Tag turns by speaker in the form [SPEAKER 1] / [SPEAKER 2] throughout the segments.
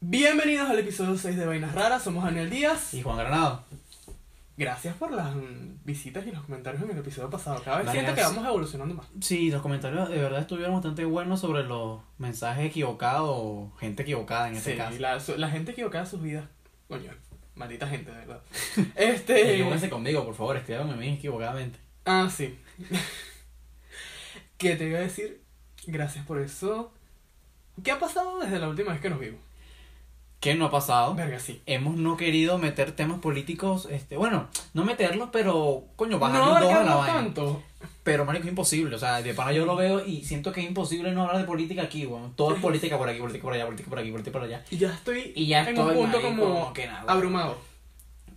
[SPEAKER 1] Bienvenidos al episodio 6 de Vainas Raras, somos Daniel Díaz.
[SPEAKER 2] Y Juan Granado.
[SPEAKER 1] Gracias por las mm, visitas y los comentarios en el episodio pasado. Cada vez
[SPEAKER 2] Vale,
[SPEAKER 1] siento que
[SPEAKER 2] gracias.
[SPEAKER 1] vamos evolucionando más.
[SPEAKER 2] Sí, los comentarios de verdad estuvieron bastante buenos sobre los mensajes equivocados o gente equivocada en este
[SPEAKER 1] Sí,
[SPEAKER 2] caso.
[SPEAKER 1] la, su- la gente equivocada de sus vidas. Coño, maldita gente, de verdad.
[SPEAKER 2] Equivóquense
[SPEAKER 1] este.
[SPEAKER 2] conmigo, por favor, escríbanme a mí equivocadamente.
[SPEAKER 1] ah, sí. ¿Qué te iba a decir? Gracias por eso. ¿Qué ha pasado desde la última vez que nos vimos?
[SPEAKER 2] ¿Qué no ha pasado?
[SPEAKER 1] Verga, sí.
[SPEAKER 2] Hemos no querido meter temas políticos, este, bueno, no meterlos, pero coño, bajar
[SPEAKER 1] no
[SPEAKER 2] los dos a la
[SPEAKER 1] abarcamos
[SPEAKER 2] vaina.
[SPEAKER 1] tanto.
[SPEAKER 2] Pero marico, es imposible, o sea, de pana yo lo veo y siento que es imposible no hablar de política aquí, weón. Todo es política por aquí, política por allá, política por aquí, política por allá.
[SPEAKER 1] Y ya estoy
[SPEAKER 2] Y ya
[SPEAKER 1] en
[SPEAKER 2] estoy,
[SPEAKER 1] un punto
[SPEAKER 2] marico,
[SPEAKER 1] como
[SPEAKER 2] que nada, weón.
[SPEAKER 1] abrumado.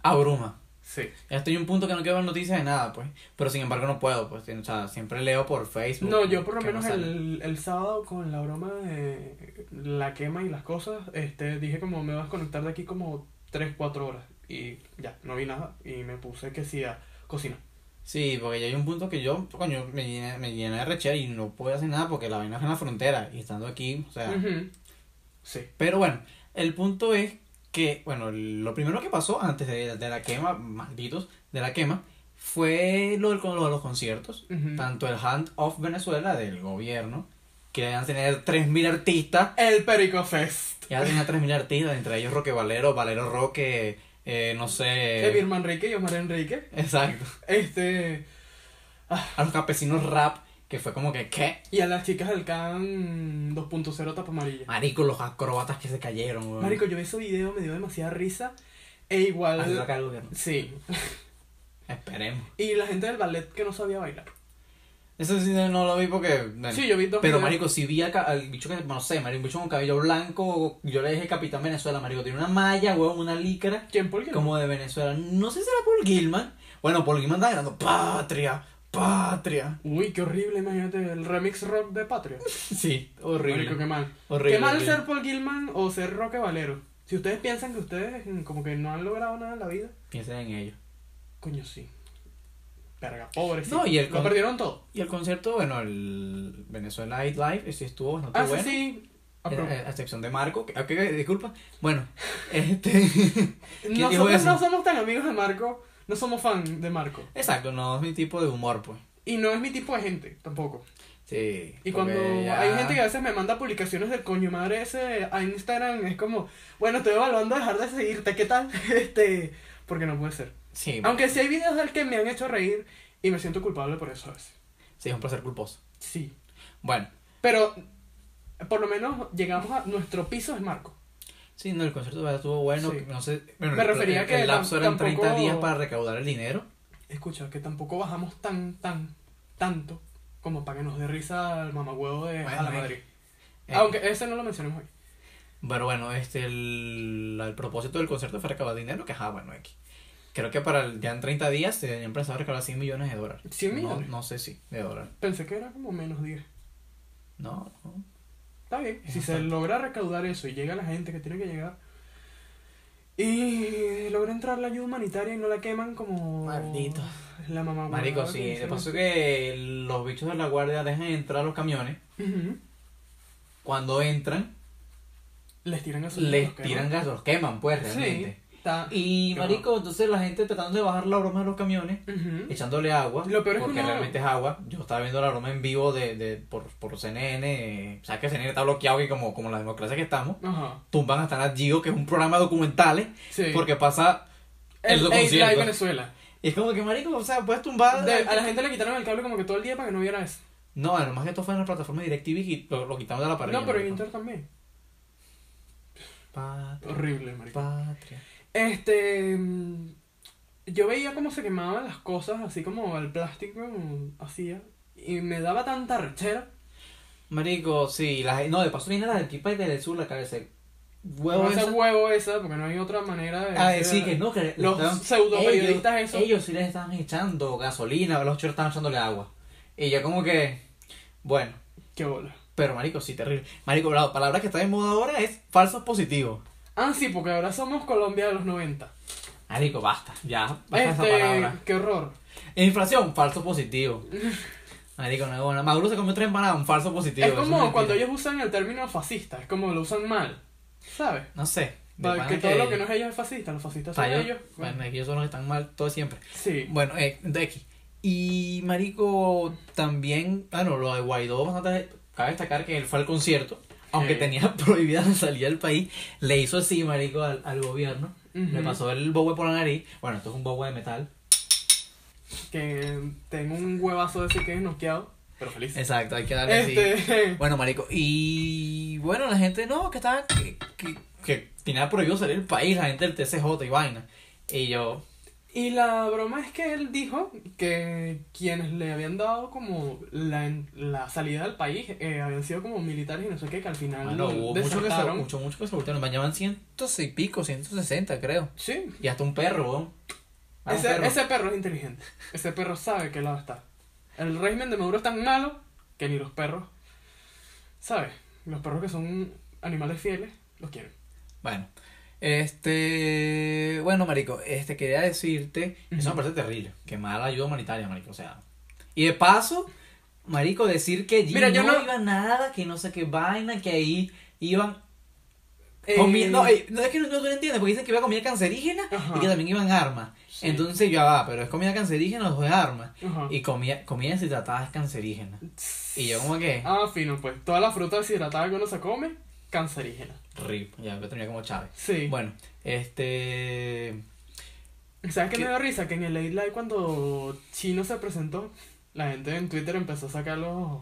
[SPEAKER 2] Abruma.
[SPEAKER 1] Sí.
[SPEAKER 2] Ya estoy en un punto que no quiero ver noticias de nada, pues. Pero sin embargo no puedo, pues. O sea, siempre leo por Facebook. pues,
[SPEAKER 1] No, yo por lo
[SPEAKER 2] que no
[SPEAKER 1] menos
[SPEAKER 2] sale.
[SPEAKER 1] el, el sábado con la broma de la quema y las cosas, este, dije como me vas a conectar de aquí como 3, 4 horas. Y ya, no vi nada y me puse que sí a cocina.
[SPEAKER 2] Sí, porque ya hay un punto que yo, coño, me llena, me llena de rechera y no puedo hacer nada porque la vaina es en la frontera y estando aquí, o sea.
[SPEAKER 1] Ujú. Sí.
[SPEAKER 2] Pero bueno, el punto es que, bueno, lo primero que pasó antes de, de la quema, malditos, de la quema, fue lo, del, lo de los conciertos.
[SPEAKER 1] Ujú.
[SPEAKER 2] Tanto el Hand of Venezuela del gobierno, que debían tener 3.000 artistas
[SPEAKER 1] El Perico Fest.
[SPEAKER 2] Ya tenía 3.000 artistas, entre ellos Roque Valero, Valero Roque, eh, no sé.
[SPEAKER 1] Emir Manrique y Omar Enrique.
[SPEAKER 2] Exacto.
[SPEAKER 1] Este.
[SPEAKER 2] A los campesinos rap, que fue como que, ¿qué?
[SPEAKER 1] Y a las chicas del CAN 2.0 tapa amarilla.
[SPEAKER 2] Marico, los acróbatas que se cayeron, weón.
[SPEAKER 1] Marico, yo vi ese video, me dio demasiada risa. E
[SPEAKER 2] Así va a
[SPEAKER 1] igual.
[SPEAKER 2] caer el gobierno.
[SPEAKER 1] Sí.
[SPEAKER 2] Esperemos.
[SPEAKER 1] Y la gente del ballet que no sabía bailar.
[SPEAKER 2] Eso sí no lo vi porque. bueno.
[SPEAKER 1] Sí, yo vi dos
[SPEAKER 2] Pero,
[SPEAKER 1] videos.
[SPEAKER 2] marico, si vi a ca- al bicho que, no sé, marico, un bicho con cabello blanco, yo le dije Capitán Venezuela, marico, tiene una malla, weón, una licra,
[SPEAKER 1] ¿Quién por qué?
[SPEAKER 2] como de Venezuela. No sé si era Paul Gilman. Bueno, Paul Gilman está gritando, patria, patria.
[SPEAKER 1] Uy, qué horrible, imagínate, el remix rock de Patria.
[SPEAKER 2] Sí, horrible.
[SPEAKER 1] Marico, qué mal.
[SPEAKER 2] Horrible,
[SPEAKER 1] qué mal
[SPEAKER 2] horrible.
[SPEAKER 1] ser Paul Gilman o ser Roque Valero. Si ustedes piensan que ustedes mm, como que no han logrado nada en la vida,
[SPEAKER 2] Piensen en ello.
[SPEAKER 1] coño sí. Verga, pobre sí.
[SPEAKER 2] No, y el
[SPEAKER 1] Lo
[SPEAKER 2] con-
[SPEAKER 1] perdieron todo.
[SPEAKER 2] Y el concierto, bueno, el Venezuela Live Live, sí estuvo bastante
[SPEAKER 1] Ah, sí,
[SPEAKER 2] bueno.
[SPEAKER 1] sí. Ah, pero-
[SPEAKER 2] Era- eh, A excepción de Marco, que, ah, que- que- disculpa. Bueno, este. dijo
[SPEAKER 1] Nosotros
[SPEAKER 2] eso?
[SPEAKER 1] no somos tan amigos de Marco, no somos fan de Marco.
[SPEAKER 2] exacto, no es mi tipo de humor, pues.
[SPEAKER 1] Y no es mi tipo de gente, tampoco.
[SPEAKER 2] Sí.
[SPEAKER 1] Y
[SPEAKER 2] porque
[SPEAKER 1] cuando
[SPEAKER 2] ya-
[SPEAKER 1] hay gente que a veces me manda publicaciones del coño madre ese a Instagram, es como, bueno, estoy evaluando dejar de seguirte, ¿qué tal? Este, porque no puede ser.
[SPEAKER 2] Sí,
[SPEAKER 1] Aunque sí hay videos del que me han hecho reír y me siento culpable por eso a veces.
[SPEAKER 2] sí, es un placer culposo.
[SPEAKER 1] Sí.
[SPEAKER 2] Bueno,
[SPEAKER 1] Pero por lo menos llegamos a nuestro piso es Marco.
[SPEAKER 2] sí, no, el concierto de verdad estuvo bueno.
[SPEAKER 1] Sí.
[SPEAKER 2] No sé. bueno,
[SPEAKER 1] Me
[SPEAKER 2] el-
[SPEAKER 1] refería
[SPEAKER 2] el,
[SPEAKER 1] que
[SPEAKER 2] El lapso
[SPEAKER 1] tam-
[SPEAKER 2] eran
[SPEAKER 1] tampoco-
[SPEAKER 2] 30 días para recaudar el dinero.
[SPEAKER 1] Escucha, que tampoco bajamos tan, tan, tanto como para que nos dé risa al mamagüevo de
[SPEAKER 2] Bueno,
[SPEAKER 1] a la
[SPEAKER 2] eh.
[SPEAKER 1] Madrid.
[SPEAKER 2] Eh,
[SPEAKER 1] Aunque ese no lo mencionemos hoy.
[SPEAKER 2] Pero bueno, este, el, el propósito del concierto fue recaudar dinero, que ajá, bueno, X. Creo que para el, ya en 30 días se habían pensado recaudar 100 millones de dólares.
[SPEAKER 1] ¿Cien
[SPEAKER 2] No-
[SPEAKER 1] millones?
[SPEAKER 2] No, sé si, de dólares.
[SPEAKER 1] Pensé que era como menos 10.
[SPEAKER 2] No, no.
[SPEAKER 1] Está bien. Si
[SPEAKER 2] Es
[SPEAKER 1] se
[SPEAKER 2] bastante.
[SPEAKER 1] logra recaudar eso y llega la gente que tiene que llegar. Y logra entrar la ayuda humanitaria y no la queman como.
[SPEAKER 2] Maldito.
[SPEAKER 1] La mamá.
[SPEAKER 2] Marico, sí, de paso que los bichos de la guardia dejan entrar los camiones. Cuando entran,
[SPEAKER 1] Les tiran gasolina.
[SPEAKER 2] les
[SPEAKER 1] los queman.
[SPEAKER 2] tiran gas, los queman, pues,
[SPEAKER 1] Ah, Sí.
[SPEAKER 2] realmente.
[SPEAKER 1] Está...
[SPEAKER 2] Y,
[SPEAKER 1] Qué
[SPEAKER 2] marico, entonces la gente tratando de bajar la broma de los camiones,
[SPEAKER 1] Ujú.
[SPEAKER 2] echándole agua.
[SPEAKER 1] Lo peor es que
[SPEAKER 2] porque
[SPEAKER 1] uno-
[SPEAKER 2] realmente es agua. Yo estaba viendo la broma en vivo de, de por, por CNN. eh, Sabes que CNN está bloqueado y como, como la democracia que estamos.
[SPEAKER 1] Ajá.
[SPEAKER 2] tumban hasta la Gio, que es un programa de documentales,
[SPEAKER 1] Sí.
[SPEAKER 2] porque pasa
[SPEAKER 1] el
[SPEAKER 2] el
[SPEAKER 1] Eight
[SPEAKER 2] concierto.
[SPEAKER 1] Live Venezuela.
[SPEAKER 2] y es como que marico, o sea, puedes tumbar
[SPEAKER 1] De- a la gente le quitaron el cable como que todo el día para que no viera eso.
[SPEAKER 2] No, además que esto fue en la plataforma de DirecTV y lo, lo quitaron de la parrilla.
[SPEAKER 1] no, pero en
[SPEAKER 2] marico.
[SPEAKER 1] Inter también.
[SPEAKER 2] Patria,
[SPEAKER 1] Horrible, marico.
[SPEAKER 2] patria.
[SPEAKER 1] Este. mm, Yo veía cómo se quemaban las cosas, así como el plástico mm, hacía. Y me daba tanta rechera.
[SPEAKER 2] Marico, sí, la, no, de paso viene la del tipa del sur la cabeza. Huevo
[SPEAKER 1] No ese
[SPEAKER 2] esa-
[SPEAKER 1] huevo esa, porque no hay otra manera de.
[SPEAKER 2] Ah,
[SPEAKER 1] decir-
[SPEAKER 2] sí, que no, que
[SPEAKER 1] Los
[SPEAKER 2] estaban-
[SPEAKER 1] pseudoperiodistas
[SPEAKER 2] ellos-
[SPEAKER 1] esos.
[SPEAKER 2] Ellos sí les estaban echando gasolina, los chorros estaban echándole agua. Y yo como que, bueno,
[SPEAKER 1] Qué bola.
[SPEAKER 2] pero marico, sí, terrible. Marico, la palabra que está de moda ahora es falsos positivos.
[SPEAKER 1] Ah, sí, porque ahora somos Colombia de los 90.
[SPEAKER 2] Marico, basta, ya, basta esa
[SPEAKER 1] Este.
[SPEAKER 2] palabra.
[SPEAKER 1] Qué horror.
[SPEAKER 2] Inflación, falso positivo. Marico, no es buena. Maduro se comió tres empanadas, un falso positivo.
[SPEAKER 1] es
[SPEAKER 2] eso
[SPEAKER 1] como
[SPEAKER 2] mentira.
[SPEAKER 1] cuando ellos usan el término fascista, es como lo usan mal. ¿Sabes?
[SPEAKER 2] No sé. de
[SPEAKER 1] Para
[SPEAKER 2] pana
[SPEAKER 1] que todo lo que no es ellos es fascista, los fascistas son
[SPEAKER 2] para ellos-
[SPEAKER 1] ellos.
[SPEAKER 2] bueno, ellos son los que están mal todo siempre.
[SPEAKER 1] Sí.
[SPEAKER 2] Bueno, eh, de aquí. Y Marico también, bueno, lo de Guaidó, bastante, cabe destacar que él fue al concierto, aunque
[SPEAKER 1] Sí.
[SPEAKER 2] tenía prohibida la salida del país, le hizo así, Marico, al, al gobierno. Le
[SPEAKER 1] Ujú.
[SPEAKER 2] pasó el bowie por la nariz. Bueno, esto es un bowie de metal.
[SPEAKER 1] Que tengo un huevazo de ese que es noqueado, pero feliz.
[SPEAKER 2] Exacto, hay que darle así.
[SPEAKER 1] Este.
[SPEAKER 2] Bueno, marico, y bueno, la gente no, que estaba, que, que, que tenía prohibido salir del país, la gente del TCJ y vaina. Y yo,
[SPEAKER 1] Y la broma es que él dijo que quienes le habían dado como la, en- la salida del país eh, habían sido como militares y no sé qué, que al final
[SPEAKER 2] mano, hubo mucho que, se,
[SPEAKER 1] desertaron.
[SPEAKER 2] mucho, mucho que se voltearon, bañaban cientos y pico, 160 creo.
[SPEAKER 1] Sí,
[SPEAKER 2] Y hasta un perro, weón. Ah, un
[SPEAKER 1] ese
[SPEAKER 2] perro.
[SPEAKER 1] ese perro es inteligente. Ese perro sabe qué lado está. El régimen de Maduro es tan malo que ni los perros, ¿sabes? Los perros que son animales fieles los quieren.
[SPEAKER 2] Bueno, este, bueno, marico, este, quería decirte, eso me
[SPEAKER 1] Ujú.
[SPEAKER 2] parece terrible, que mala ayuda humanitaria, marico, o sea. Y de paso, marico, decir que allí
[SPEAKER 1] Mira,
[SPEAKER 2] no,
[SPEAKER 1] yo no-
[SPEAKER 2] iba nada, que no sé qué vaina, que ahí iban
[SPEAKER 1] Eh,
[SPEAKER 2] Comi- no, eh, no, es que no, no tú no entiendes, porque dicen que iba comida cancerígena
[SPEAKER 1] Ajá.
[SPEAKER 2] y que también iban armas.
[SPEAKER 1] Sí.
[SPEAKER 2] Entonces yo, ah, pero es comida cancerígena o es armas.
[SPEAKER 1] Ajá.
[SPEAKER 2] Y comida, comida deshidratada es cancerígena. Y yo como que,
[SPEAKER 1] Ah, fino, pues. Toda la fruta deshidratada que uno se come, cancerígena.
[SPEAKER 2] rip, ya me terminé como Chávez.
[SPEAKER 1] Sí.
[SPEAKER 2] Bueno, este...
[SPEAKER 1] ¿Sabes qué
[SPEAKER 2] ¿Qué?
[SPEAKER 1] me da risa? Que en el 8 Live cuando Chino se presentó, la gente en Twitter empezó a sacar los,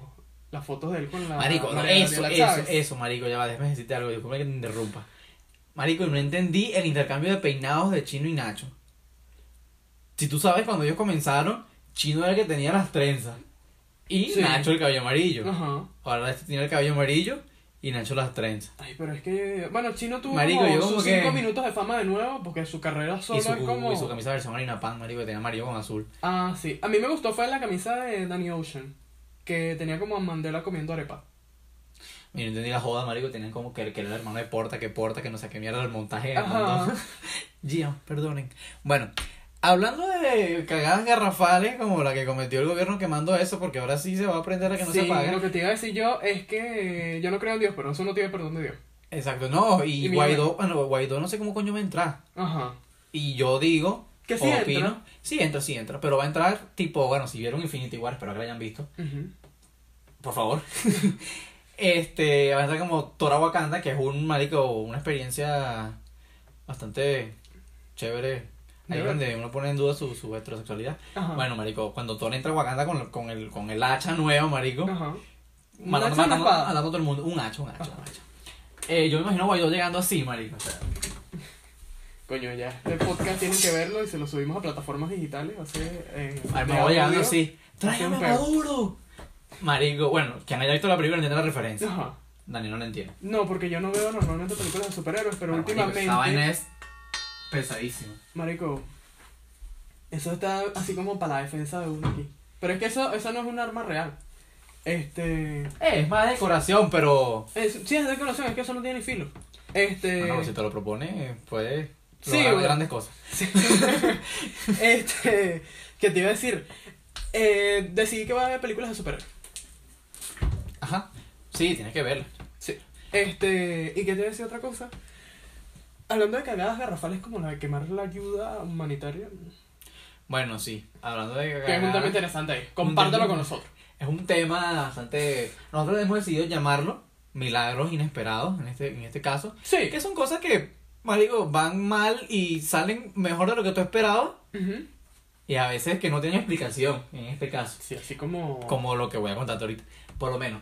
[SPEAKER 1] las fotos de él con la...
[SPEAKER 2] Marico, no,
[SPEAKER 1] Ah, María
[SPEAKER 2] eso,
[SPEAKER 1] Gabriela
[SPEAKER 2] eso,
[SPEAKER 1] Chávez.
[SPEAKER 2] eso, Marico, ya va, déjame decirte algo, disculpa que te interrumpa. Marico, no entendí el intercambio de peinados de Chino y Nacho. Si tú sabes, cuando ellos comenzaron, Chino era el que tenía las trenzas. Y
[SPEAKER 1] Sí.
[SPEAKER 2] Nacho el cabello amarillo.
[SPEAKER 1] Ajá.
[SPEAKER 2] Ahora este tiene el cabello amarillo y Nacho las trenzas.
[SPEAKER 1] Ay, pero es que... Bueno, Chino tuvo
[SPEAKER 2] Marico,
[SPEAKER 1] como
[SPEAKER 2] yo como
[SPEAKER 1] sus
[SPEAKER 2] que-
[SPEAKER 1] 5 minutos de fama de nuevo porque su carrera solo
[SPEAKER 2] Y su,
[SPEAKER 1] es como...
[SPEAKER 2] y su camisa versión harina pan, marico, que tenía amarillo con azul.
[SPEAKER 1] Ah, sí. A mí me gustó fue la camisa de Danny Ocean, que tenía como a Mandela comiendo arepa.
[SPEAKER 2] Y no entendí la joda, marico, tenían como que, que era el hermano de Porta, que Porta, que no sé qué mierda el montaje.
[SPEAKER 1] Ajá.
[SPEAKER 2] ¿no? Gio, perdonen. Bueno, hablando de cagadas garrafales como la que cometió el gobierno quemando eso, porque ahora sí se va a aprender a que no
[SPEAKER 1] sí,
[SPEAKER 2] se pague.
[SPEAKER 1] lo que te iba a decir yo es que yo no creo en Dios, pero eso no tiene perdón de Dios.
[SPEAKER 2] Exacto, no, y,
[SPEAKER 1] Y mira-
[SPEAKER 2] Guaidó, bueno, Guaidó no sé cómo coño va a entrar.
[SPEAKER 1] Ajá.
[SPEAKER 2] Y yo digo...
[SPEAKER 1] Que sí
[SPEAKER 2] o
[SPEAKER 1] entra.
[SPEAKER 2] Sí entra, sí entra, pero va a entrar tipo, bueno, si vieron Infinity War, espero que la hayan visto.
[SPEAKER 1] Ujú.
[SPEAKER 2] por favor. este, va a estar como Tora Wakanda, que es un marico, una experiencia bastante chévere. Ahí
[SPEAKER 1] De
[SPEAKER 2] donde uno pone en duda su, su heterosexualidad.
[SPEAKER 1] Ajá.
[SPEAKER 2] Bueno, marico, cuando Thor entra a Wakanda con, con, el, con el hacha nueva, marico.
[SPEAKER 1] Ajá. Lanza
[SPEAKER 2] Matando,
[SPEAKER 1] una
[SPEAKER 2] matando,
[SPEAKER 1] espada.
[SPEAKER 2] matando a todo el mundo. Un hacha, un hacha, un hacha. Eh, yo me imagino a Guaidó llegando así, marico. o sea,
[SPEAKER 1] Coño, ya. Este podcast tienen que verlo y se lo subimos a plataformas digitales. Hace, eh,
[SPEAKER 2] al
[SPEAKER 1] de
[SPEAKER 2] Guaidó llegando
[SPEAKER 1] audio.
[SPEAKER 2] así. ¡Tráigame a
[SPEAKER 1] Hace un peo.
[SPEAKER 2] Maduro! Marico, bueno, quien haya visto la película entiende la referencia.
[SPEAKER 1] Ajá.
[SPEAKER 2] Dani no la entiende.
[SPEAKER 1] No, porque yo no veo normalmente películas de superhéroes, pero
[SPEAKER 2] Marico,
[SPEAKER 1] últimamente.
[SPEAKER 2] Esa vaina es pesadísima.
[SPEAKER 1] Marico, eso está así como para la defensa de uno aquí. Pero es que eso, eso no es un arma real. Este.
[SPEAKER 2] Eh, es más decoración, pero. eh,
[SPEAKER 1] es- sí, es de corazón, es que eso no tiene filo. Este.
[SPEAKER 2] Bueno, si te lo propone, eh, puedes
[SPEAKER 1] Sí,
[SPEAKER 2] lograr
[SPEAKER 1] güey.
[SPEAKER 2] grandes cosas.
[SPEAKER 1] Sí. este. Que te iba a decir. Eh, decidí que va a haber películas de superhéroes.
[SPEAKER 2] Ajá. Sí, tienes que verla.
[SPEAKER 1] Sí. Este, y que te decía otra cosa. Hablando de cagadas garrafales como la de quemar la ayuda humanitaria,
[SPEAKER 2] Bueno, sí. Hablando de
[SPEAKER 1] que es un tema
[SPEAKER 2] cagadas,
[SPEAKER 1] interesante ahí. Compártelo
[SPEAKER 2] tema.
[SPEAKER 1] con nosotros.
[SPEAKER 2] es un tema bastante. Nosotros hemos decidido llamarlo milagros inesperados en este, en este caso.
[SPEAKER 1] Sí.
[SPEAKER 2] Que son cosas que, marico, van mal y salen mejor de lo que tú esperabas.
[SPEAKER 1] Ujú.
[SPEAKER 2] Y a veces que no tienen explicación en este caso.
[SPEAKER 1] Sí, así como.
[SPEAKER 2] Como lo que voy a contarte ahorita. Por lo menos.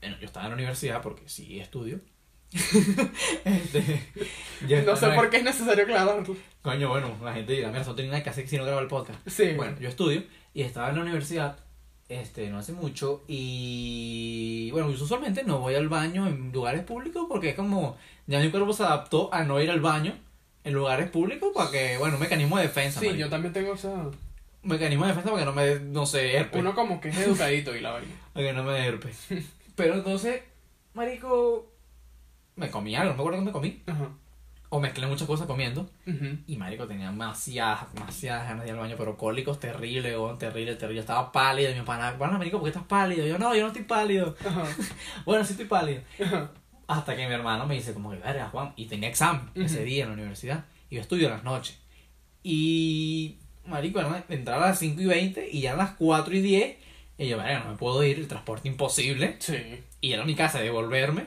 [SPEAKER 2] Bueno, yo estaba en la universidad porque sí estudio. Este,
[SPEAKER 1] No
[SPEAKER 2] yo estaba
[SPEAKER 1] sé
[SPEAKER 2] en la-
[SPEAKER 1] por qué es necesario aclararlo.
[SPEAKER 2] Coño, bueno, la gente dirá, mira, eso no tiene nada que hacer si no graba el podcast.
[SPEAKER 1] Sí.
[SPEAKER 2] Bueno, yo estudio y estaba en la universidad, este, no hace mucho, y bueno, yo usualmente no voy al baño en lugares públicos porque es como, ya mi cuerpo se adaptó a no ir al baño en lugares públicos para que, bueno, un mecanismo de defensa.
[SPEAKER 1] Sí,
[SPEAKER 2] marico.
[SPEAKER 1] yo también tengo esa.
[SPEAKER 2] Un mecanismo de defensa para que no me, dé, no sé, herpes.
[SPEAKER 1] Uno como que es educadito y la vaina.
[SPEAKER 2] Para que no me dé herpes. Pero entonces, marico, me comí algo, no me acuerdo qué me comí,
[SPEAKER 1] Ajá.
[SPEAKER 2] o mezclé muchas cosas comiendo.
[SPEAKER 1] Ujú.
[SPEAKER 2] Y marico, tenía demasiadas, demasiadas ganas de ir al baño, pero cólicos terribles, weón, terrible, terrible. Estaba pálido y mi pana, bueno, marico, ¿por qué estás pálido? Yo, no, yo no estoy pálido.
[SPEAKER 1] Ajá.
[SPEAKER 2] Bueno, sí estoy pálido.
[SPEAKER 1] Ajá.
[SPEAKER 2] Hasta que mi hermano me dice, como que, verga, Juan. Y tenía examen
[SPEAKER 1] Ujú.
[SPEAKER 2] ese día en la universidad. Y yo estudio en las noches. Y, marico, era entrar a las 5 y 20 y ya a las 4 y 10. Y yo, verga, no me puedo ir, el transporte imposible.
[SPEAKER 1] Sí.
[SPEAKER 2] Y era mi casa, devolverme,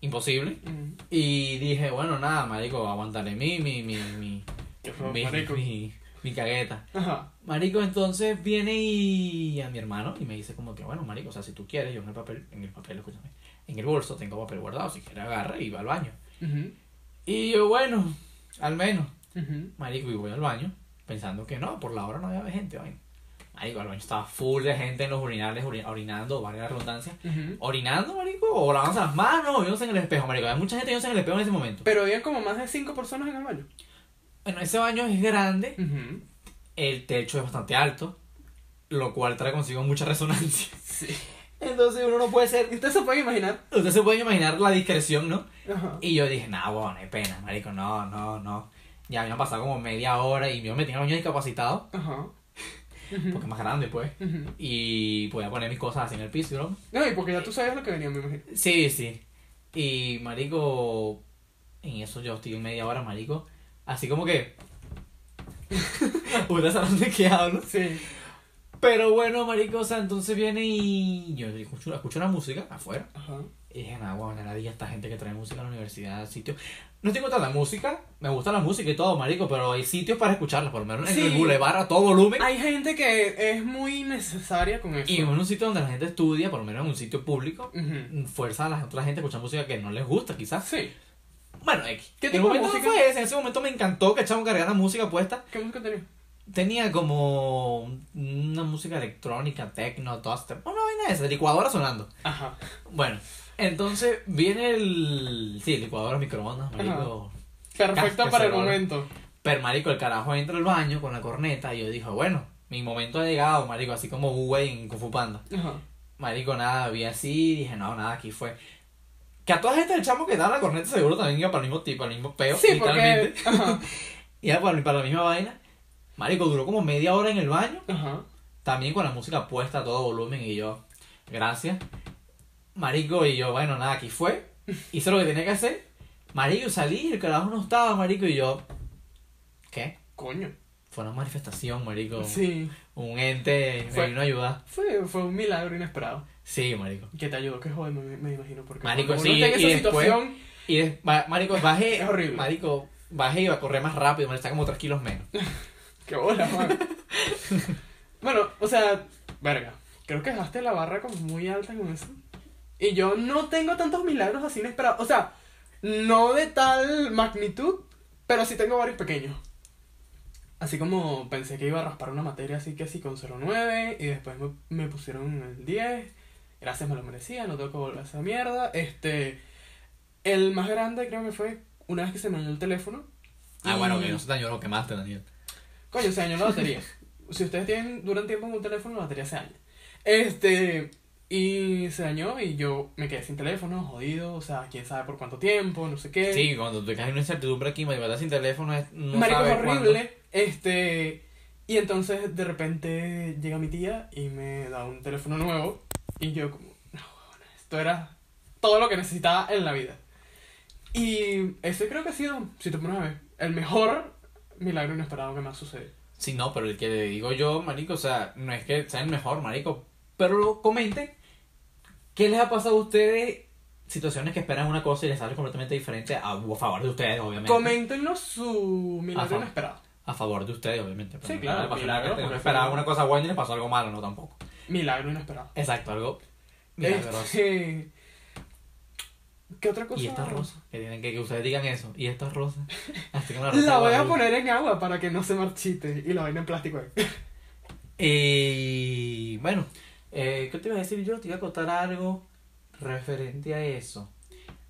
[SPEAKER 2] imposible.
[SPEAKER 1] Mm.
[SPEAKER 2] Y dije, bueno, nada, marico, aguantaré mi, mi, mi, mi,
[SPEAKER 1] Qué feo,
[SPEAKER 2] mi,
[SPEAKER 1] marico.
[SPEAKER 2] mi- mi cagueta.
[SPEAKER 1] Ajá.
[SPEAKER 2] Marico, entonces viene y a mi hermano y me dice como que, bueno, marico, o sea, si tú quieres, yo en el papel, en el papel, escúchame, en el bolso tengo papel guardado, si quieres agarra y va al baño.
[SPEAKER 1] Ujú,
[SPEAKER 2] Y yo, bueno, al menos,
[SPEAKER 1] ujú.
[SPEAKER 2] marico, y voy al baño, pensando que no, por la hora no había gente, vaina. Marico, al baño estaba full de gente en los urinales, ori- orinando, valga la redundancia,
[SPEAKER 1] Ujú.
[SPEAKER 2] orinando, marico, o lavándose las manos, o viéndose en el espejo, marico, había mucha gente viéndose en el espejo en ese momento.
[SPEAKER 1] Pero había como más de cinco personas en el baño.
[SPEAKER 2] Bueno, ese baño es grande,
[SPEAKER 1] Ujú.
[SPEAKER 2] el techo es bastante alto, lo cual trae consigo mucha resonancia.
[SPEAKER 1] Sí.
[SPEAKER 2] Entonces uno no puede ser.
[SPEAKER 1] Usted se puede imaginar.
[SPEAKER 2] Usted se puede imaginar la discreción, ¿no?
[SPEAKER 1] Ajá.
[SPEAKER 2] Y yo dije, nah, bueno, no hay pena, marico, no, no, no. Ya habían pasado como media hora y yo me tenía el baño discapacitado,
[SPEAKER 1] Ajá.
[SPEAKER 2] porque es más grande, pues.
[SPEAKER 1] Ujú.
[SPEAKER 2] Y podía poner mis cosas así en el piso, ¿no?
[SPEAKER 1] No, y porque ya tú sabías lo que venía, me imagino.
[SPEAKER 2] Sí, sí. Y, marico, en eso yo estoy en media hora, marico. Así como que. Ustedes saben de qué hablo.
[SPEAKER 1] Sí.
[SPEAKER 2] Pero bueno, marico, o sea, entonces viene y yo escucho, escucho una música afuera.
[SPEAKER 1] Ajá.
[SPEAKER 2] Y dije, nada, bueno, la ladilla esta gente que trae música a la universidad, sitio. No estoy contra la música, me gusta la música y todo, marico, pero hay sitios para escucharla, por lo menos en
[SPEAKER 1] Sí.
[SPEAKER 2] el boulevard a todo volumen.
[SPEAKER 1] Hay gente que es muy necesaria con eso.
[SPEAKER 2] Y en un sitio donde la gente estudia, por lo menos en un sitio público,
[SPEAKER 1] Ujú.
[SPEAKER 2] fuerza a la otra gente a escuchar música que no les gusta, quizás.
[SPEAKER 1] Sí.
[SPEAKER 2] Bueno, X.
[SPEAKER 1] ¿Qué
[SPEAKER 2] El
[SPEAKER 1] tipo de
[SPEAKER 2] momento no
[SPEAKER 1] música?
[SPEAKER 2] fue ese, en ese momento me encantó que el chamo cargara música puesta.
[SPEAKER 1] ¿Qué música tenía?
[SPEAKER 2] Tenía como una música electrónica, techno, toaster, una vaina de esa, licuadora sonando.
[SPEAKER 1] Ajá.
[SPEAKER 2] Bueno, entonces viene el. Sí, licuadora, microondas, marico.
[SPEAKER 1] Perfecta
[SPEAKER 2] Cas-
[SPEAKER 1] para el
[SPEAKER 2] cacerola.
[SPEAKER 1] momento.
[SPEAKER 2] Pero marico, el carajo entra al baño con la corneta y yo dije, bueno, mi momento ha llegado, marico, así como Uwe en Kung Fu Panda.
[SPEAKER 1] Ajá.
[SPEAKER 2] Marico, nada, vi así, dije, no, nada, aquí fue. Que a toda gente el chamo que daba la corneta seguro también iba para el mismo tipo, para el mismo peo,
[SPEAKER 1] Sí, porque.
[SPEAKER 2] literalmente.
[SPEAKER 1] Ajá.
[SPEAKER 2] Iba para, para la misma vaina. Marico, duró como media hora en el baño,
[SPEAKER 1] Ajá.
[SPEAKER 2] también con la música puesta a todo volumen y yo, gracias. Marico, y yo, bueno, nada, aquí fue. Hice lo que tenía que hacer. Marico, salí, el carajo no estaba, marico, y yo, ¿qué?
[SPEAKER 1] Coño.
[SPEAKER 2] Fue una manifestación, marico.
[SPEAKER 1] Sí.
[SPEAKER 2] Un ente me
[SPEAKER 1] Fue-
[SPEAKER 2] vino a ayudar.
[SPEAKER 1] Fue, fue un milagro inesperado.
[SPEAKER 2] Sí, marico.
[SPEAKER 1] Que te ayudó, que joder, me, me imagino. Porque
[SPEAKER 2] Marico,
[SPEAKER 1] cuando
[SPEAKER 2] sí,
[SPEAKER 1] uno está en
[SPEAKER 2] y
[SPEAKER 1] esa
[SPEAKER 2] después-
[SPEAKER 1] situación.
[SPEAKER 2] Y des- ba- marico, bajé.
[SPEAKER 1] Es horrible.
[SPEAKER 2] Marico, bajé y iba a correr más rápido, me está como 3 kilos menos.
[SPEAKER 1] Qué bola, man. bueno, o sea, verga. Creo que dejaste la barra como muy alta con eso. Y yo no tengo tantos milagros así inesperados. O sea, no de tal magnitud, pero sí tengo varios pequeños. Así como pensé que iba a raspar una materia así que sí con 0.9 y después me, me pusieron el 10. Gracias, me lo merecía, no tengo que volver a esa mierda. Este, el más grande creo que fue una vez que se me dañó el teléfono.
[SPEAKER 2] Ah,
[SPEAKER 1] Y-
[SPEAKER 2] bueno, que no se dañó lo que más te Daniel.
[SPEAKER 1] Coño, se dañó la batería. si ustedes tienen, duran tiempo con un teléfono, la batería se daña. Este, y se dañó y yo me quedé sin teléfono, jodido, o sea, quién sabe por cuánto tiempo, no sé qué.
[SPEAKER 2] Sí, cuando te caes en una incertidumbre aquí, marico, estás sin teléfono, es, no
[SPEAKER 1] Marico, es
[SPEAKER 2] sabes cuándo.
[SPEAKER 1] horrible. Este, y entonces de repente llega mi tía y me da un teléfono nuevo y yo como, no, huevona, esto era todo lo que necesitaba en la vida. Y ese creo que ha sido, si te pones a ver, el mejor milagro inesperado que me ha sucedido.
[SPEAKER 2] Sí, no, pero el que le digo yo, marico, o sea, no es que sea el mejor, marico, pero lo- comenten qué les ha pasado a ustedes situaciones que esperan una cosa y les sale completamente diferente a, a favor de ustedes, obviamente.
[SPEAKER 1] Coméntenos su milagro
[SPEAKER 2] Ajá.
[SPEAKER 1] inesperado.
[SPEAKER 2] A favor de ustedes, obviamente. pero
[SPEAKER 1] Sí,
[SPEAKER 2] no,
[SPEAKER 1] claro,
[SPEAKER 2] no le pasó
[SPEAKER 1] milagro,
[SPEAKER 2] nada,
[SPEAKER 1] porque
[SPEAKER 2] no esperaba
[SPEAKER 1] fue-
[SPEAKER 2] una cosa buena y le pasó algo malo, no tampoco.
[SPEAKER 1] Milagro inesperado.
[SPEAKER 2] Exacto, algo milagroso.
[SPEAKER 1] Este, ¿Qué otra cosa?
[SPEAKER 2] Y esta rosa, que tienen que, que ustedes digan eso, y esta rosa. Así como rosa
[SPEAKER 1] La
[SPEAKER 2] de
[SPEAKER 1] voy a
[SPEAKER 2] Guadalupe.
[SPEAKER 1] poner en agua para que no se marchite y la vaina en plástico. ahí.
[SPEAKER 2] Y bueno, eh, ¿qué te iba a decir yo? Te iba a contar algo referente a eso.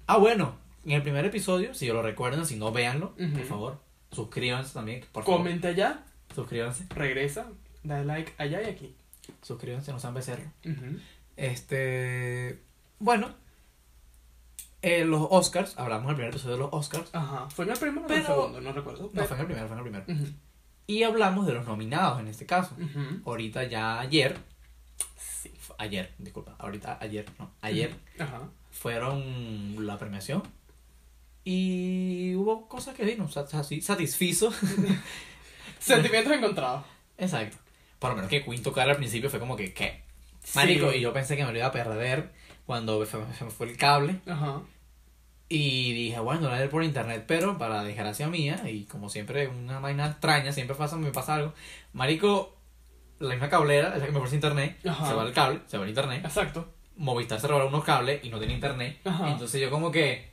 [SPEAKER 2] Ah, bueno, en el primer episodio, si yo lo recuerdan, si no, véanlo, por
[SPEAKER 1] Ujú.
[SPEAKER 2] favor. Suscríbanse también, por favor.
[SPEAKER 1] Comenta allá,
[SPEAKER 2] Suscríbanse,
[SPEAKER 1] regresa, dale like allá y aquí.
[SPEAKER 2] suscríbanse, no sean becerros.
[SPEAKER 1] Ujú.
[SPEAKER 2] Este. Bueno, eh, los Oscars, hablamos en el primer episodio de los Oscars.
[SPEAKER 1] Ajá. Fue en el primero o en el
[SPEAKER 2] Pero-
[SPEAKER 1] segundo, no recuerdo.
[SPEAKER 2] No,
[SPEAKER 1] pero-
[SPEAKER 2] fue en el primero, fue en el primero.
[SPEAKER 1] Ujú.
[SPEAKER 2] Y hablamos de los nominados en este caso.
[SPEAKER 1] Ujú.
[SPEAKER 2] Ahorita ya ayer,
[SPEAKER 1] Sí.
[SPEAKER 2] ayer, disculpa, ahorita ayer, no, ayer
[SPEAKER 1] Ajá.
[SPEAKER 2] fueron la premiación. Y hubo cosas que vino, sa- sa- satisfizo.
[SPEAKER 1] Sentimientos encontrados.
[SPEAKER 2] Exacto. Por lo menos que Queen tocara al principio fue como que, ¿qué? Marico,
[SPEAKER 1] Sí.
[SPEAKER 2] y yo pensé que me lo iba a perder cuando se me- se me fue el cable.
[SPEAKER 1] Ajá.
[SPEAKER 2] Y dije, bueno, lo voy a ver por internet, pero para desgracia mía, y como siempre, una vaina extraña, siempre pasa, me pasa algo. Marico, la misma cablera, esa que me ofrece internet,
[SPEAKER 1] Ajá.
[SPEAKER 2] se va el cable, se va el internet.
[SPEAKER 1] Exacto.
[SPEAKER 2] Movistar se robaron unos cables y no tiene internet.
[SPEAKER 1] Ajá.
[SPEAKER 2] Entonces yo como que...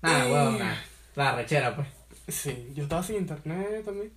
[SPEAKER 2] Nada,
[SPEAKER 1] Eh.
[SPEAKER 2] huevón, nada. La rechera, pues.
[SPEAKER 1] Sí, yo estaba sin internet también.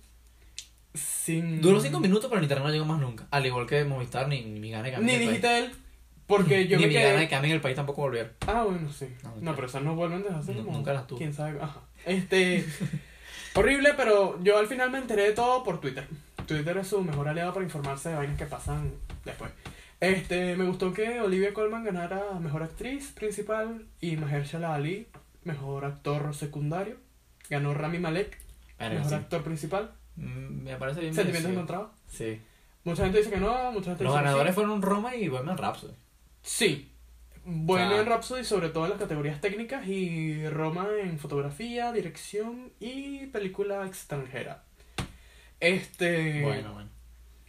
[SPEAKER 1] Sin.
[SPEAKER 2] Duró cinco minutos, pero el internet no llegó más nunca. Al igual que Movistar, ni, ni mi gana de cambio
[SPEAKER 1] Ni
[SPEAKER 2] en el país.
[SPEAKER 1] digital. Porque yo
[SPEAKER 2] Ni
[SPEAKER 1] me
[SPEAKER 2] mi gana de
[SPEAKER 1] quedé.
[SPEAKER 2] cambio en el país tampoco volvieron.
[SPEAKER 1] Ah, bueno, sí.
[SPEAKER 2] No,
[SPEAKER 1] No,
[SPEAKER 2] mentira.
[SPEAKER 1] pero esas no vuelven desde hace
[SPEAKER 2] Nu-
[SPEAKER 1] como-
[SPEAKER 2] nunca las tuve.
[SPEAKER 1] Quién sabe. Ajá. Este. horrible, pero yo al final me enteré de todo por Twitter. Twitter es su mejor aliado para informarse de vainas que pasan después. Este, me gustó que Olivia Colman ganara mejor actriz principal y Mahershala Ali, mejor actor secundario. Ganó Rami Malek,
[SPEAKER 2] Verga,
[SPEAKER 1] mejor
[SPEAKER 2] sí.
[SPEAKER 1] actor principal.
[SPEAKER 2] Mm, Me parece bien.
[SPEAKER 1] Sentimientos
[SPEAKER 2] merecido.
[SPEAKER 1] encontrados.
[SPEAKER 2] Sí.
[SPEAKER 1] Mucha gente dice que no, mucha gente
[SPEAKER 2] Los
[SPEAKER 1] dice que sí.
[SPEAKER 2] ganadores fueron Roma y Bohemian Rhapsody.
[SPEAKER 1] Sí. Bueno
[SPEAKER 2] sea-
[SPEAKER 1] en Rhapsody, sobre todo en las categorías técnicas, y Roma en fotografía, dirección y película extranjera. Este.
[SPEAKER 2] Bueno, bueno.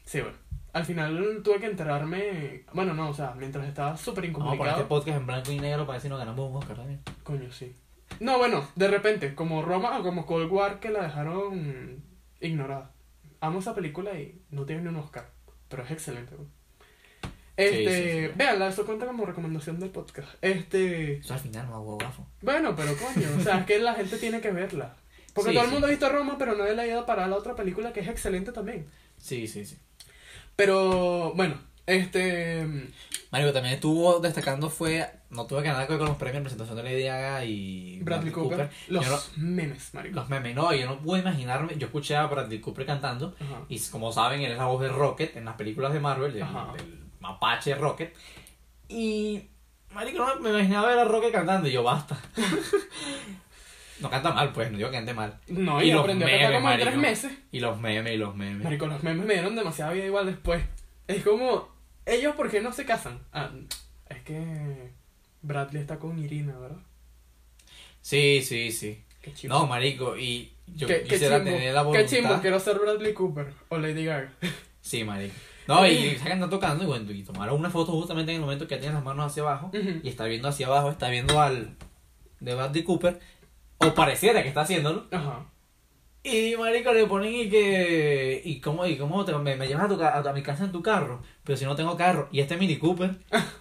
[SPEAKER 1] Sí, bueno. Al final tuve que enterarme. Bueno, no, o sea, mientras estaba súper
[SPEAKER 2] Vamos a poner este
[SPEAKER 1] incomunicado.
[SPEAKER 2] podcast en blanco y negro para ver si nos ganamos un Oscar también.
[SPEAKER 1] Coño, sí. No, bueno, de repente, como Roma o como Cold War que la dejaron ignorada. Amo esa película y no tiene ni un Oscar, pero es excelente. güey. Este,
[SPEAKER 2] sí, sí.
[SPEAKER 1] véanla, eso cuenta como recomendación del podcast. Este,
[SPEAKER 2] Eso al final, más guagafo.
[SPEAKER 1] bueno, pero coño, o sea, es que la gente tiene que verla. Porque
[SPEAKER 2] Sí,
[SPEAKER 1] todo el
[SPEAKER 2] sí.
[SPEAKER 1] mundo ha visto Roma, pero nadie le ha ido para la otra película que es excelente también.
[SPEAKER 2] Sí, sí, sí.
[SPEAKER 1] Pero, bueno, este,
[SPEAKER 2] Mario también estuvo destacando fue. No tuve que nada que ver con los premios, presentación de Lady Gaga y.
[SPEAKER 1] Bradley Cooper, los
[SPEAKER 2] Yo
[SPEAKER 1] memes,
[SPEAKER 2] no-
[SPEAKER 1] marico.
[SPEAKER 2] los memes, no, yo no pude imaginarme. Yo escuché a Bradley Cooper cantando.
[SPEAKER 1] Ajá.
[SPEAKER 2] Y como saben, él es la voz de Rocket en las películas de Marvel, del,
[SPEAKER 1] Ajá.
[SPEAKER 2] del mapache Rocket. Y. Marico, no me imaginaba ver a Rocket cantando y yo basta. no canta mal, pues, no digo que cante mal.
[SPEAKER 1] No,
[SPEAKER 2] Y
[SPEAKER 1] y,
[SPEAKER 2] los
[SPEAKER 1] aprendí a cantar
[SPEAKER 2] memes,
[SPEAKER 1] como en tres
[SPEAKER 2] marico.
[SPEAKER 1] meses.
[SPEAKER 2] Y los memes, y los memes.
[SPEAKER 1] Marico, los memes me dieron demasiada vida igual después. Es como, ellos por qué no se casan. Ah, es que Bradley está con Irina, ¿verdad?
[SPEAKER 2] Sí, sí, sí.
[SPEAKER 1] Qué chimbo.
[SPEAKER 2] No, marico, y yo
[SPEAKER 1] Qué- qué
[SPEAKER 2] quisiera
[SPEAKER 1] chimbo.
[SPEAKER 2] tener la
[SPEAKER 1] Qué
[SPEAKER 2] voluntad.
[SPEAKER 1] chimbo, quiero ser Bradley Cooper o Lady Gaga.
[SPEAKER 2] Sí, marico. No, y sacan están tocando y bueno, y tomaron una foto justamente en el momento que tiene las manos hacia abajo
[SPEAKER 1] Ujú.
[SPEAKER 2] y está viendo hacia abajo, está viendo al de Bradley Cooper o pareciera que está haciéndolo.
[SPEAKER 1] Ajá.
[SPEAKER 2] Y marico le ponen y que y cómo y cómo te- me, me llevas a, tu, ca- a mi casa en tu carro, pero si no tengo carro y este Mini Cooper,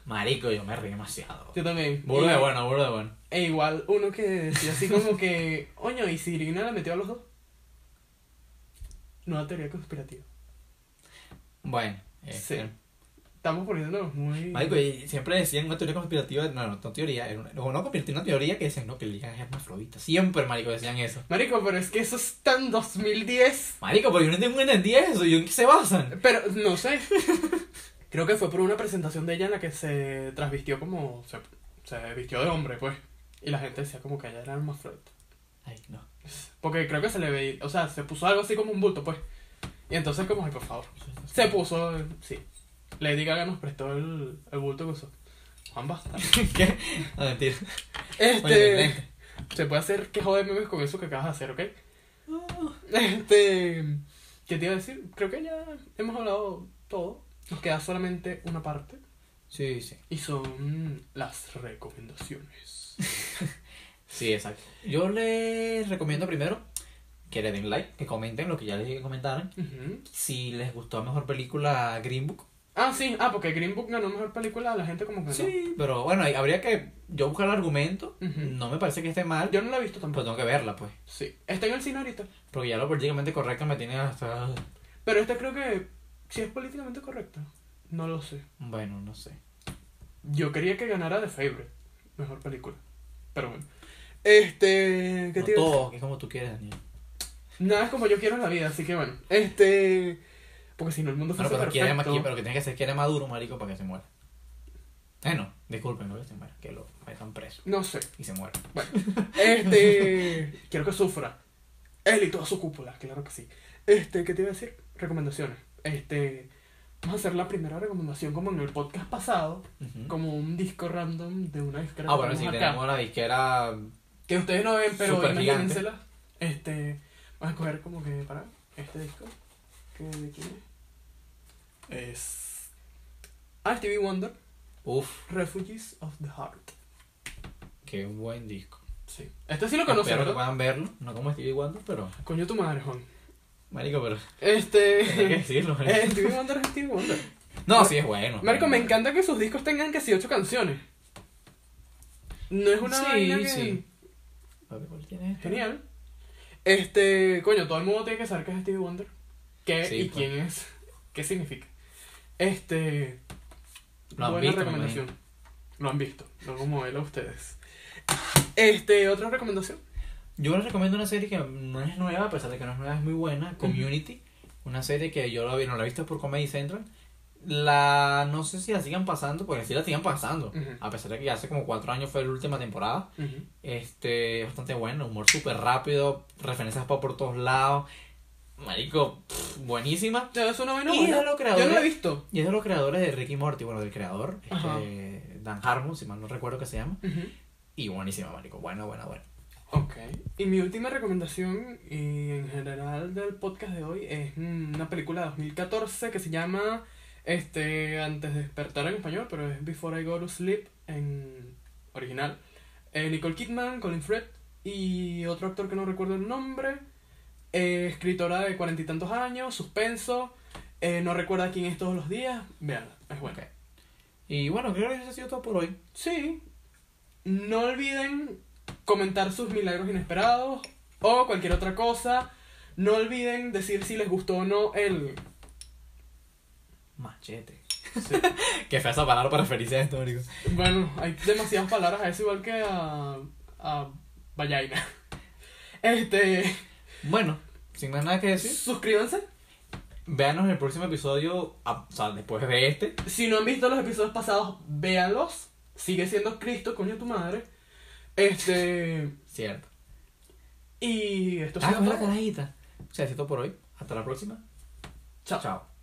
[SPEAKER 2] marico, yo me reí demasiado.
[SPEAKER 1] Yo también.
[SPEAKER 2] Burro de
[SPEAKER 1] Y-
[SPEAKER 2] bueno, burro de bueno.
[SPEAKER 1] E igual uno que decía así como que, oño, ¿y si Irina la metió a los dos? Nueva teoría conspirativa.
[SPEAKER 2] Bueno, eh,
[SPEAKER 1] Sí.
[SPEAKER 2] eh.
[SPEAKER 1] Estamos poniéndonos muy...
[SPEAKER 2] Marico, y siempre decían una teoría conspirativa, no, no, no teoría, era una, o no convirtió en una teoría que decían, no, que Lady Gaga es hermafrodita. Siempre, marico, decían eso.
[SPEAKER 1] Marico, pero es que eso está en 2010.
[SPEAKER 2] Marico, pero pues yo no tengo- no entendí eso, ¿y en qué se basan?
[SPEAKER 1] Pero no sé. Creo que fue por una presentación de ella en la que se transvistió como. Se, se vistió de hombre, pues. Y la gente decía como que ella era hermafrodita.
[SPEAKER 2] Ay, no.
[SPEAKER 1] Porque creo que se le veía. O sea, se puso algo así como un bulto, pues. Y entonces, como, ay, por favor. Se puso. eh, Sí. Lady Gaga nos prestó el, el bulto que usó. Juan basta.
[SPEAKER 2] ¿Qué? No, mentira. Oye,
[SPEAKER 1] Este.
[SPEAKER 2] ven.
[SPEAKER 1] Se puede hacer que de memes con eso que acabas de hacer, ¿ok? Este. ¿Qué te iba a decir? Creo que ya hemos hablado todo. Nos queda solamente una parte.
[SPEAKER 2] Sí, sí.
[SPEAKER 1] Y son las recomendaciones.
[SPEAKER 2] Sí, exacto. Yo les recomiendo primero que le den like, que comenten lo que ya les dije que comentaran.
[SPEAKER 1] Ujú.
[SPEAKER 2] Si les gustó mejor película Green Book.
[SPEAKER 1] Ah, sí, ah, porque Green Book ganó mejor película, la gente como que
[SPEAKER 2] Sí, pero bueno, ahí habría que yo buscar el argumento.
[SPEAKER 1] Ujú.
[SPEAKER 2] No me parece que esté mal,
[SPEAKER 1] no. Yo no la he visto
[SPEAKER 2] pero
[SPEAKER 1] tampoco.
[SPEAKER 2] tengo que verla, pues.
[SPEAKER 1] Sí, está en el cine ahorita.
[SPEAKER 2] Porque ya lo políticamente correcto me tiene hasta...
[SPEAKER 1] Pero esta creo que sí es políticamente correcta. No lo sé.
[SPEAKER 2] Bueno, no sé.
[SPEAKER 1] Yo quería que ganara The Favorite, mejor película. Pero bueno. Este, ¿qué
[SPEAKER 2] No
[SPEAKER 1] te iba a decir?
[SPEAKER 2] todo, que es como tú quieres, Daniel.
[SPEAKER 1] Nada es como yo quiero en la vida, así que bueno. Este, porque si no el mundo
[SPEAKER 2] Bueno,
[SPEAKER 1] fuese
[SPEAKER 2] pero, quiere más,
[SPEAKER 1] perfecto.
[SPEAKER 2] pero que tiene que ser quiere maduro, marico, para que se muera. Eh, no, disculpen, no que se muera, que lo metan preso
[SPEAKER 1] No sé.
[SPEAKER 2] y se muera.
[SPEAKER 1] Este. quiero que sufra. Él y toda su cúpula, claro que sí. Este, ¿qué te iba a decir? Recomendaciones. Este. Vamos a hacer la primera recomendación como en el podcast pasado,
[SPEAKER 2] Ujú.
[SPEAKER 1] como un disco random de una disquera.
[SPEAKER 2] Ah,
[SPEAKER 1] que
[SPEAKER 2] bueno, sí,
[SPEAKER 1] tenemos acá,
[SPEAKER 2] tenemos la disquera.
[SPEAKER 1] Que ustedes no ven, pero
[SPEAKER 2] Súper gigante.
[SPEAKER 1] imagínensela. Este, vamos a coger como que, para, este disco, que de quién es. Es... Ah, Stevie Wonder,
[SPEAKER 2] Uf,
[SPEAKER 1] Refugees of the Heart.
[SPEAKER 2] qué buen disco.
[SPEAKER 1] Sí. Este sí lo conoces,
[SPEAKER 2] Espero que
[SPEAKER 1] ¿verdad?
[SPEAKER 2] puedan verlo. No como Stevie Wonder, pero.
[SPEAKER 1] Coño tu madre, Juan.
[SPEAKER 2] Marico, pero. Tenía que
[SPEAKER 1] Este...
[SPEAKER 2] decirlo, marico.
[SPEAKER 1] eh, Stevie Wonder es Stevie Wonder.
[SPEAKER 2] No, sí, es bueno.
[SPEAKER 1] Marco, me encanta que sus discos tengan casi ocho canciones. No es una
[SPEAKER 2] Sí,
[SPEAKER 1] vaina que...
[SPEAKER 2] sí. A ver, ¿cuál tiene esta?
[SPEAKER 1] Genial. Este, coño, todo el mundo tiene que saber qué es Stevie Wonder. ¿Qué
[SPEAKER 2] Sí,
[SPEAKER 1] y
[SPEAKER 2] pues.
[SPEAKER 1] quién es? ¿Qué significa? Este.
[SPEAKER 2] Lo han
[SPEAKER 1] buena
[SPEAKER 2] visto, me
[SPEAKER 1] recomendación. Lo han visto. No como él a ustedes. Este, otra recomendación.
[SPEAKER 2] Yo les recomiendo una serie que no es nueva, a pesar de que no es nueva, es muy buena. Community. Una serie que yo la vi, no la he visto por Comedy Central. La. No sé si la sigan pasando, porque sí la siguen pasando.
[SPEAKER 1] Ujú.
[SPEAKER 2] A pesar de que ya hace como cuatro años fue la última temporada. Este, es bastante bueno, humor súper rápido, referencias pa' por todos lados. Marico, pff, buenísima.
[SPEAKER 1] Ya, Es una vaina
[SPEAKER 2] y,
[SPEAKER 1] buena.
[SPEAKER 2] es de los
[SPEAKER 1] Yo no la he
[SPEAKER 2] creadores,
[SPEAKER 1] visto.
[SPEAKER 2] y es de los creadores de Ricky Morty, bueno, del creador,
[SPEAKER 1] Ajá.
[SPEAKER 2] este, Dan Harmon, si mal no recuerdo que se llama.
[SPEAKER 1] Ujú.
[SPEAKER 2] Y buenísima, marico, buena, buena, buena.
[SPEAKER 1] Ok. Y mi última recomendación, y en general del podcast de hoy, es mm, una película de 2014 que se llama este, Antes de despertar en español, pero es Before I Go to Sleep en original. Eh, Nicole Kidman, Colin Firth y otro actor que no recuerdo el nombre. Eh, escritora de cuarenta y tantos años, suspenso. eh, no recuerda quién es todos los días. Vean, es bueno.
[SPEAKER 2] Ok. Y bueno, creo que eso ha sido todo por hoy.
[SPEAKER 1] Sí. No olviden comentar sus milagros inesperados o cualquier otra cosa. No olviden decir si les gustó o no el...
[SPEAKER 2] Machete.
[SPEAKER 1] Sí.
[SPEAKER 2] Que fea esa palabra para referirse a esto, marico.
[SPEAKER 1] bueno, hay demasiadas palabras a eso igual que a... a vallaina. Este...
[SPEAKER 2] Bueno, sin más nada que decir,
[SPEAKER 1] Suscríbanse.
[SPEAKER 2] véanos el próximo episodio, a- o sea, después de este.
[SPEAKER 1] Si no han visto los episodios pasados, véanlos. Sigue siendo Cristo, coño tu madre. Este...
[SPEAKER 2] Cierto.
[SPEAKER 1] Y esto ha
[SPEAKER 2] Ah,
[SPEAKER 1] sido
[SPEAKER 2] con la
[SPEAKER 1] todo.
[SPEAKER 2] Ah, carajita. O sea, ha sido todo por hoy. Hasta la próxima.
[SPEAKER 1] Chao.
[SPEAKER 2] Chao.